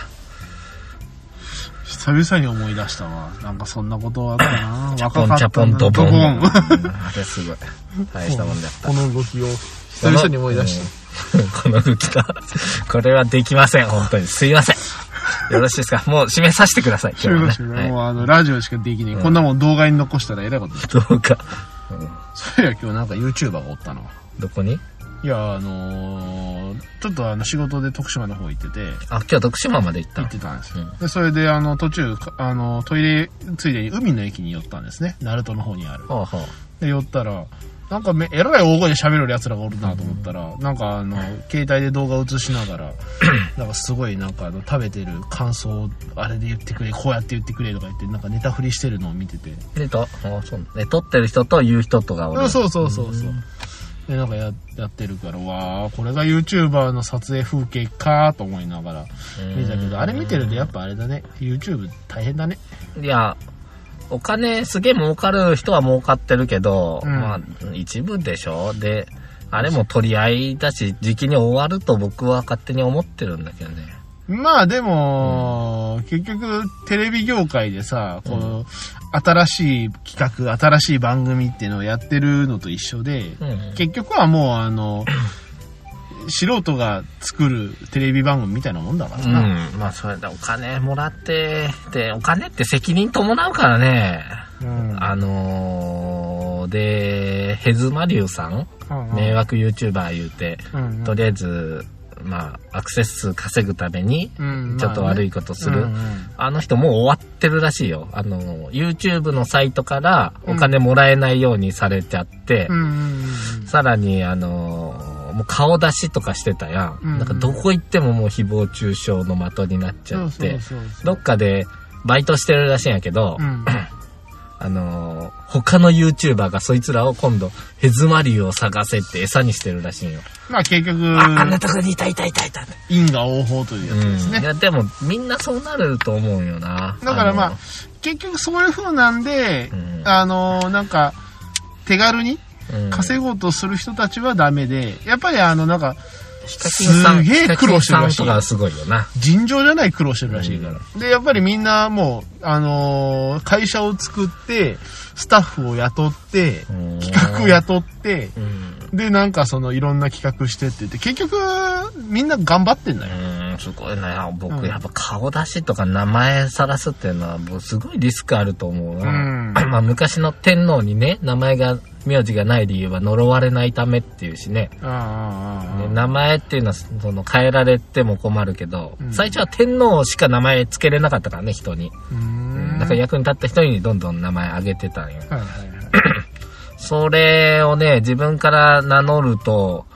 Speaker 2: 久々に思い出したわ。なんかそんなことあったな。
Speaker 1: チャ
Speaker 2: 若
Speaker 1: ポ
Speaker 2: か
Speaker 1: ン
Speaker 2: っ
Speaker 1: チャ
Speaker 2: たな
Speaker 1: ポンドボン。
Speaker 2: ド
Speaker 1: うん
Speaker 2: ボン
Speaker 1: あれすごい。大したもんだった。
Speaker 2: この動きを久々に思い出した。
Speaker 1: た。 この動きが、これはできません、本当に。すいません。よろしいですかもう締めさせてくだ さい、
Speaker 2: 中
Speaker 1: 今
Speaker 2: 学
Speaker 1: 日
Speaker 2: 生
Speaker 1: は
Speaker 2: が
Speaker 1: ね。
Speaker 2: も
Speaker 1: は
Speaker 2: うあの、ラジオしかできねえ。こんなもん動画に残したらえらいことだ
Speaker 1: い、どうか、
Speaker 2: そういや、今日なんか YouTuber がおったの。
Speaker 1: どこに
Speaker 2: いや、あのーちょっとあの、仕事で徳島の方行ってて、
Speaker 1: あ、今日徳島まで行った
Speaker 2: 行
Speaker 1: の
Speaker 2: ってたんですよ。で、それであの、途中、かあの、トイレ、ついでに海の駅に寄ったんですね。鳴門の方にある。
Speaker 1: ほうほう。
Speaker 2: で、寄ったら、なんかめ、えらい大声で喋る奴らがおるなと思ったら、なんかあの、携帯で動画映しなが ら、なんかすごいなんかあの、食べてる感想を、あれで言ってくれ、こうやって言ってくれとか言って、なんかネタ振りしてるのを見てて。
Speaker 1: で、と、あそう。で、撮ってる人と言う人とがおる。
Speaker 2: うんそうそうそうそう。で、なんかややってるから、わあこれが YouTuber の撮影風景かと思いながら見てたけど、あれ見てるとやっぱあれだね、YouTube 大変だね。
Speaker 1: いや、お金すげえ儲かる人は儲かってるけど、
Speaker 2: うん
Speaker 1: まあ、一部でしょで、あれも取り合いだし、時期に終わると僕は勝手に思ってるんだけどね。
Speaker 2: まあでも、結局テレビ業界でさ、この、新しい企画、新しい番組っていうのをやってるのと一緒で、
Speaker 1: うん。
Speaker 2: 結局はもうあの、素人が作るテレビ番組みたいなもんだから
Speaker 1: うん
Speaker 2: な。、
Speaker 1: まあそれでお金もらって、で、お金って責任伴うからね。
Speaker 2: うん
Speaker 1: あのー、で、ヘズマリュウさん、迷惑 YouTuber 言うて、
Speaker 2: うん
Speaker 1: とりあえず、まあ、アクセス数稼ぐために、
Speaker 2: うん
Speaker 1: ちょっと悪いことする。
Speaker 2: まあねうんうん
Speaker 1: あの人もう終わってるらしいよ。あの、YouTube のサイトからお金もらえないようにされちゃって、
Speaker 2: うんうん
Speaker 1: さらに、あの、もう顔出しとかしてたやん。
Speaker 2: うん
Speaker 1: なんかどこ行ってももう誹謗中傷の的になっち
Speaker 2: う
Speaker 1: ゃ
Speaker 2: ん、
Speaker 1: って、
Speaker 2: そうそうそう
Speaker 1: どっかでバイトしてるらしいんやけど、
Speaker 2: うん、
Speaker 1: あの、他の YouTuber がそいつらを今度、ヘズマリュウを探せって餌にしてるらしいんよ。
Speaker 2: まあ結局、
Speaker 1: あ、あ んなとこにいたいたいたいたって。
Speaker 2: 因果応報というやつです
Speaker 1: うんい
Speaker 2: ね。
Speaker 1: や、でもみんなそうなると思うよな。
Speaker 2: だからまあ
Speaker 1: の、
Speaker 2: 結局そういう風なんで、
Speaker 1: うん
Speaker 2: あのーなんか、手軽に
Speaker 1: うん
Speaker 2: 稼ごうとする人たちはダメで、やっぱりあの、なんか、
Speaker 1: ヒカキンさん、
Speaker 2: すげえ
Speaker 1: ヒカキン
Speaker 2: 苦労してるらしい
Speaker 1: さんとかすごいよな。
Speaker 2: 尋常じゃない苦労してるらしいから。で、やっぱりみんなもう、あのー会社を作って、スタッフを雇って、
Speaker 1: うん
Speaker 2: 企画を雇って、
Speaker 1: うん。
Speaker 2: で、なんかその、いろんな企画してって言って、結局、みんな頑張ってんだよ。
Speaker 1: うん、すごいな。
Speaker 2: うん
Speaker 1: 僕、やっぱ顔出しとか名前さらすっていうのは、もうすごいリスクあると思うな。
Speaker 2: うん
Speaker 1: まあ、昔の天皇にね、名前が、名字がない理由は呪われないためっていうしね。
Speaker 2: ああああああ
Speaker 1: ね名前っていうのは、その、変えられても困るけど、
Speaker 2: うん
Speaker 1: 最初は天皇しか名前つけれなかったからね、人に。
Speaker 2: うーん
Speaker 1: だから役に立った人にどんどん名前あげてたんよ。
Speaker 2: はいはいはい。
Speaker 1: それをね、自分から名乗ると、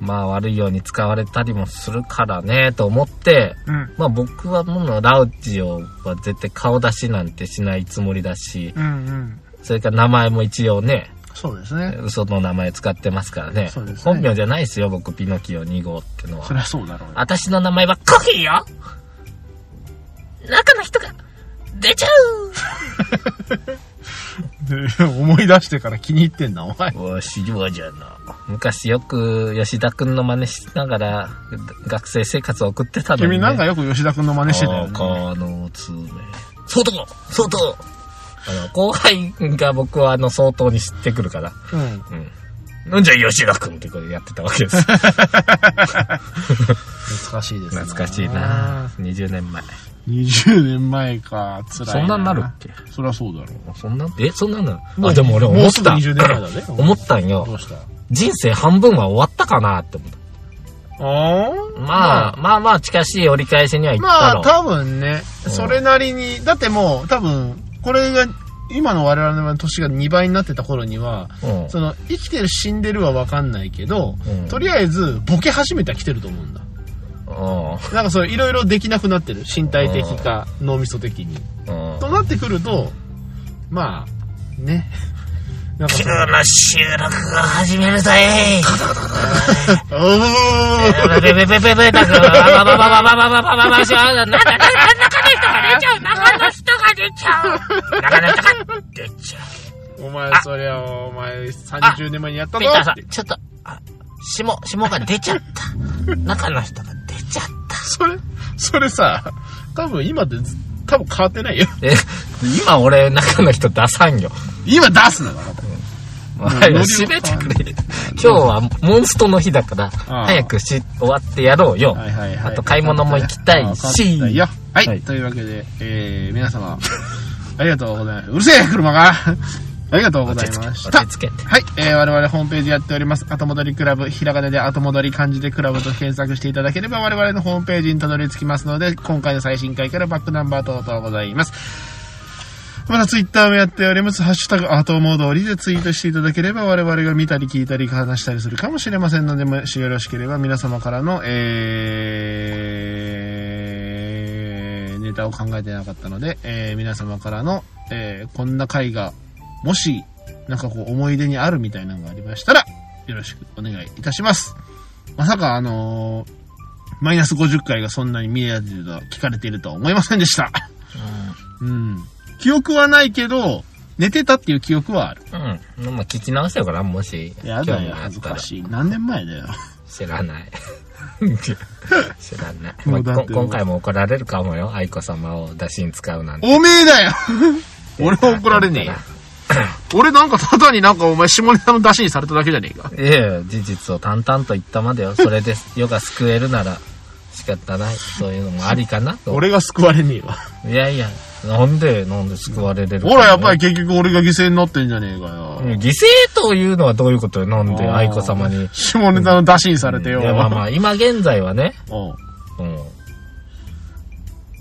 Speaker 1: まあ悪いように使われたりもするからね、と思って、
Speaker 2: うん。
Speaker 1: まあ僕はもうラウジオは絶対顔出しなんてしないつもりだし、
Speaker 2: うんうん。
Speaker 1: それから名前も一応ね、
Speaker 2: そうですね。
Speaker 1: 嘘の名前使ってますからね。
Speaker 2: そうですね
Speaker 1: 本名じゃないですよ、僕、ピノキオ2号っての
Speaker 2: そ
Speaker 1: は。
Speaker 2: りゃそうだろうよ。
Speaker 1: 私の名前はコキーよ中の人が出ちゃう
Speaker 2: で思い出してから気に入ってんな、お前。
Speaker 1: わしはじゃな昔よく吉田くんの真似しながら学生生活を送ってたのに、ね、
Speaker 2: 君なんかよく吉田くんの真似してたよね。
Speaker 1: 赤の爪相当相当あの後輩が僕はあの相当に知ってくるから
Speaker 2: う
Speaker 1: 「
Speaker 2: ん。
Speaker 1: なんじゃ吉田くん」ってこれやってたわけ です
Speaker 2: 懐かしいですね
Speaker 1: 懐かしいな。20年前
Speaker 2: 20年前か、辛い。
Speaker 1: そんなんなるっけ
Speaker 2: そりゃそうだろ
Speaker 1: そんなえそんなの
Speaker 2: う。
Speaker 1: あでも俺
Speaker 2: も
Speaker 1: 思
Speaker 2: う
Speaker 1: っ
Speaker 2: すぐ
Speaker 1: た。
Speaker 2: 20年前だね
Speaker 1: 思ったん
Speaker 2: ど
Speaker 1: よ
Speaker 2: うした
Speaker 1: 人生半分は終わったかなって思った
Speaker 2: あー
Speaker 1: まあ、まあまあ近しい折り返しにはいったろう
Speaker 2: まあ、多分ね、
Speaker 1: うん
Speaker 2: それなりに、だってもう、多分、これが今の我々の年が2倍になってた頃には、
Speaker 1: うん
Speaker 2: その生きてる死んでるは分かんないけど、
Speaker 1: うん
Speaker 2: とりあえずボケ始めては来てると思うんだ
Speaker 1: うん
Speaker 2: なんかそれいろいろできなくなってる身体的か脳みそ的に
Speaker 1: うん
Speaker 2: となってくるとまあねなんかそ
Speaker 1: 急
Speaker 2: の
Speaker 1: な収録を始めるぞいペペペペペペだから、バババババババ
Speaker 2: おー
Speaker 1: バババしゃ、なんだ、中の人が出ちゃう中の人が出ちゃう中の人が出ちゃ う
Speaker 2: お前そりゃお前30年前にやった
Speaker 1: ピ
Speaker 2: ぞ
Speaker 1: ーターさ
Speaker 2: って
Speaker 1: ん、ちょっと、あ、霜、霜が出ちゃった。中の人が出ちゃった。
Speaker 2: それそれさ多分今ってず多分変わってないよ
Speaker 1: え、今俺中の人出さんよ。
Speaker 2: 今出すなだから
Speaker 1: はい、閉めてくれ。今日はモンストの日だから、
Speaker 2: ああ
Speaker 1: 早くし、終わってやろうよ。
Speaker 2: はいはいはい、
Speaker 1: あと買い物も行きたいし
Speaker 2: わかったよはい、
Speaker 1: はい
Speaker 2: というわけで、えー、皆様、 ありがとうございます。うるせえ、車が ありがとうございまし
Speaker 1: 落
Speaker 2: た。
Speaker 1: ち着けて。
Speaker 2: はい、えー、我々ホームページやっております。後戻りクラブ、ひらがなで後戻り漢字でクラブと検索していただければ我々のホームページにたどり着きますので、今回の最新回からバックナンバー等々ございます。またツイッターもやっております。ハッシュタグ、後戻りでツイートしていただければ我々が見たり聞いたり話したりするかもしれませんので、もしよろしければ皆様からの、えー、ネタを考えてなかったので、えー、皆様からの、えー、こんな回が、もし、なんかこう思い出にあるみたいなのがありましたら、よろしくお願いいたします。まさかあのーマイナス50回がそんなに見えてるとは聞かれているとは思いませんでした。うん。記憶はないけど、寝てたっていう記憶はある。
Speaker 1: うん。まあ、聞き直してから、もし。興味があったら
Speaker 2: しい。何年前だよ。
Speaker 1: 知らない。 知らない。
Speaker 2: もう
Speaker 1: まあ
Speaker 2: だっ
Speaker 1: こ
Speaker 2: て
Speaker 1: 今回も怒られるかもよ。愛子様を出しに使うなんて。
Speaker 2: おめえだよ 俺は怒られねえよ。 俺なんかただになんかお前下ネタの出しにされただけじゃねえか。
Speaker 1: ええ、事実を淡々と言ったまでよ。それで 世が救えるなら仕方ない。そういうのもありかなと。
Speaker 2: 俺が救われねえわ。
Speaker 1: いやいや、なんで、なんで救われれるか
Speaker 2: ほらやっぱり結局俺が犠牲になってんじゃねえかよ。
Speaker 1: うん。犠牲というのはどういうことよ。なんで
Speaker 2: あー
Speaker 1: 愛子様に。
Speaker 2: 下ネタの出しにされてよ。
Speaker 1: いやまあ まあ、今現在はね。
Speaker 2: おう
Speaker 1: うんい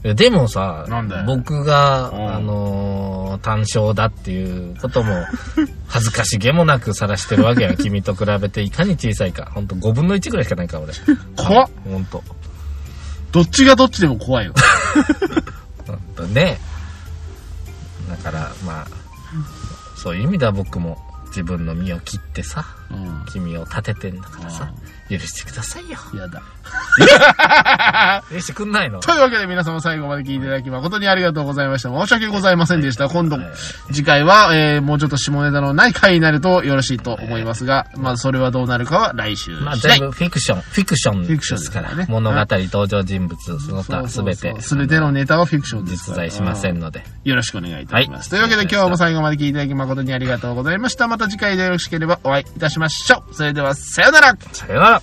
Speaker 1: や。でもさ
Speaker 2: なんだよ、
Speaker 1: 僕が、
Speaker 2: うん
Speaker 1: あのー単勝だっていうことも、 恥ずかしげもなく晒してるわけや。君と比べていかに小さいか。ほんと5分の1ぐらいしかないから、俺。
Speaker 2: 怖っ。
Speaker 1: ほんと。
Speaker 2: どっちがどっちでも怖い よ。
Speaker 1: ほんとね。だから、まあ、そういう意味では僕も自分の身を切ってさ、
Speaker 2: うん。
Speaker 1: 君を立ててんだからさ、許してくださいよ。
Speaker 2: やだ。
Speaker 1: 許してくんないの
Speaker 2: というわけで皆様最後まで聞いていただき誠にありがとうございました。申し訳ございませんでした。今度、次回は、えー、もうちょっと下ネタのない回になるとよろしいと思いますが、まあそれはどうなるかは来週
Speaker 1: まあ
Speaker 2: 次第
Speaker 1: 全。部フィクション、フィクションですから
Speaker 2: フィクション
Speaker 1: 物
Speaker 2: ですからね
Speaker 1: 語、登場人物、その他す
Speaker 2: そうそう
Speaker 1: べ
Speaker 2: そ
Speaker 1: て
Speaker 2: う全てのネタはフィクションです
Speaker 1: 実
Speaker 2: から
Speaker 1: 在しませ
Speaker 2: うん
Speaker 1: ので。
Speaker 2: よろしくお願いいたします。
Speaker 1: はい
Speaker 2: というわけで今日も最後まで聞いていただき誠にありがとうございました。また次回でよろしければお会いいたしましょう。それでは、さようなら
Speaker 1: さよなら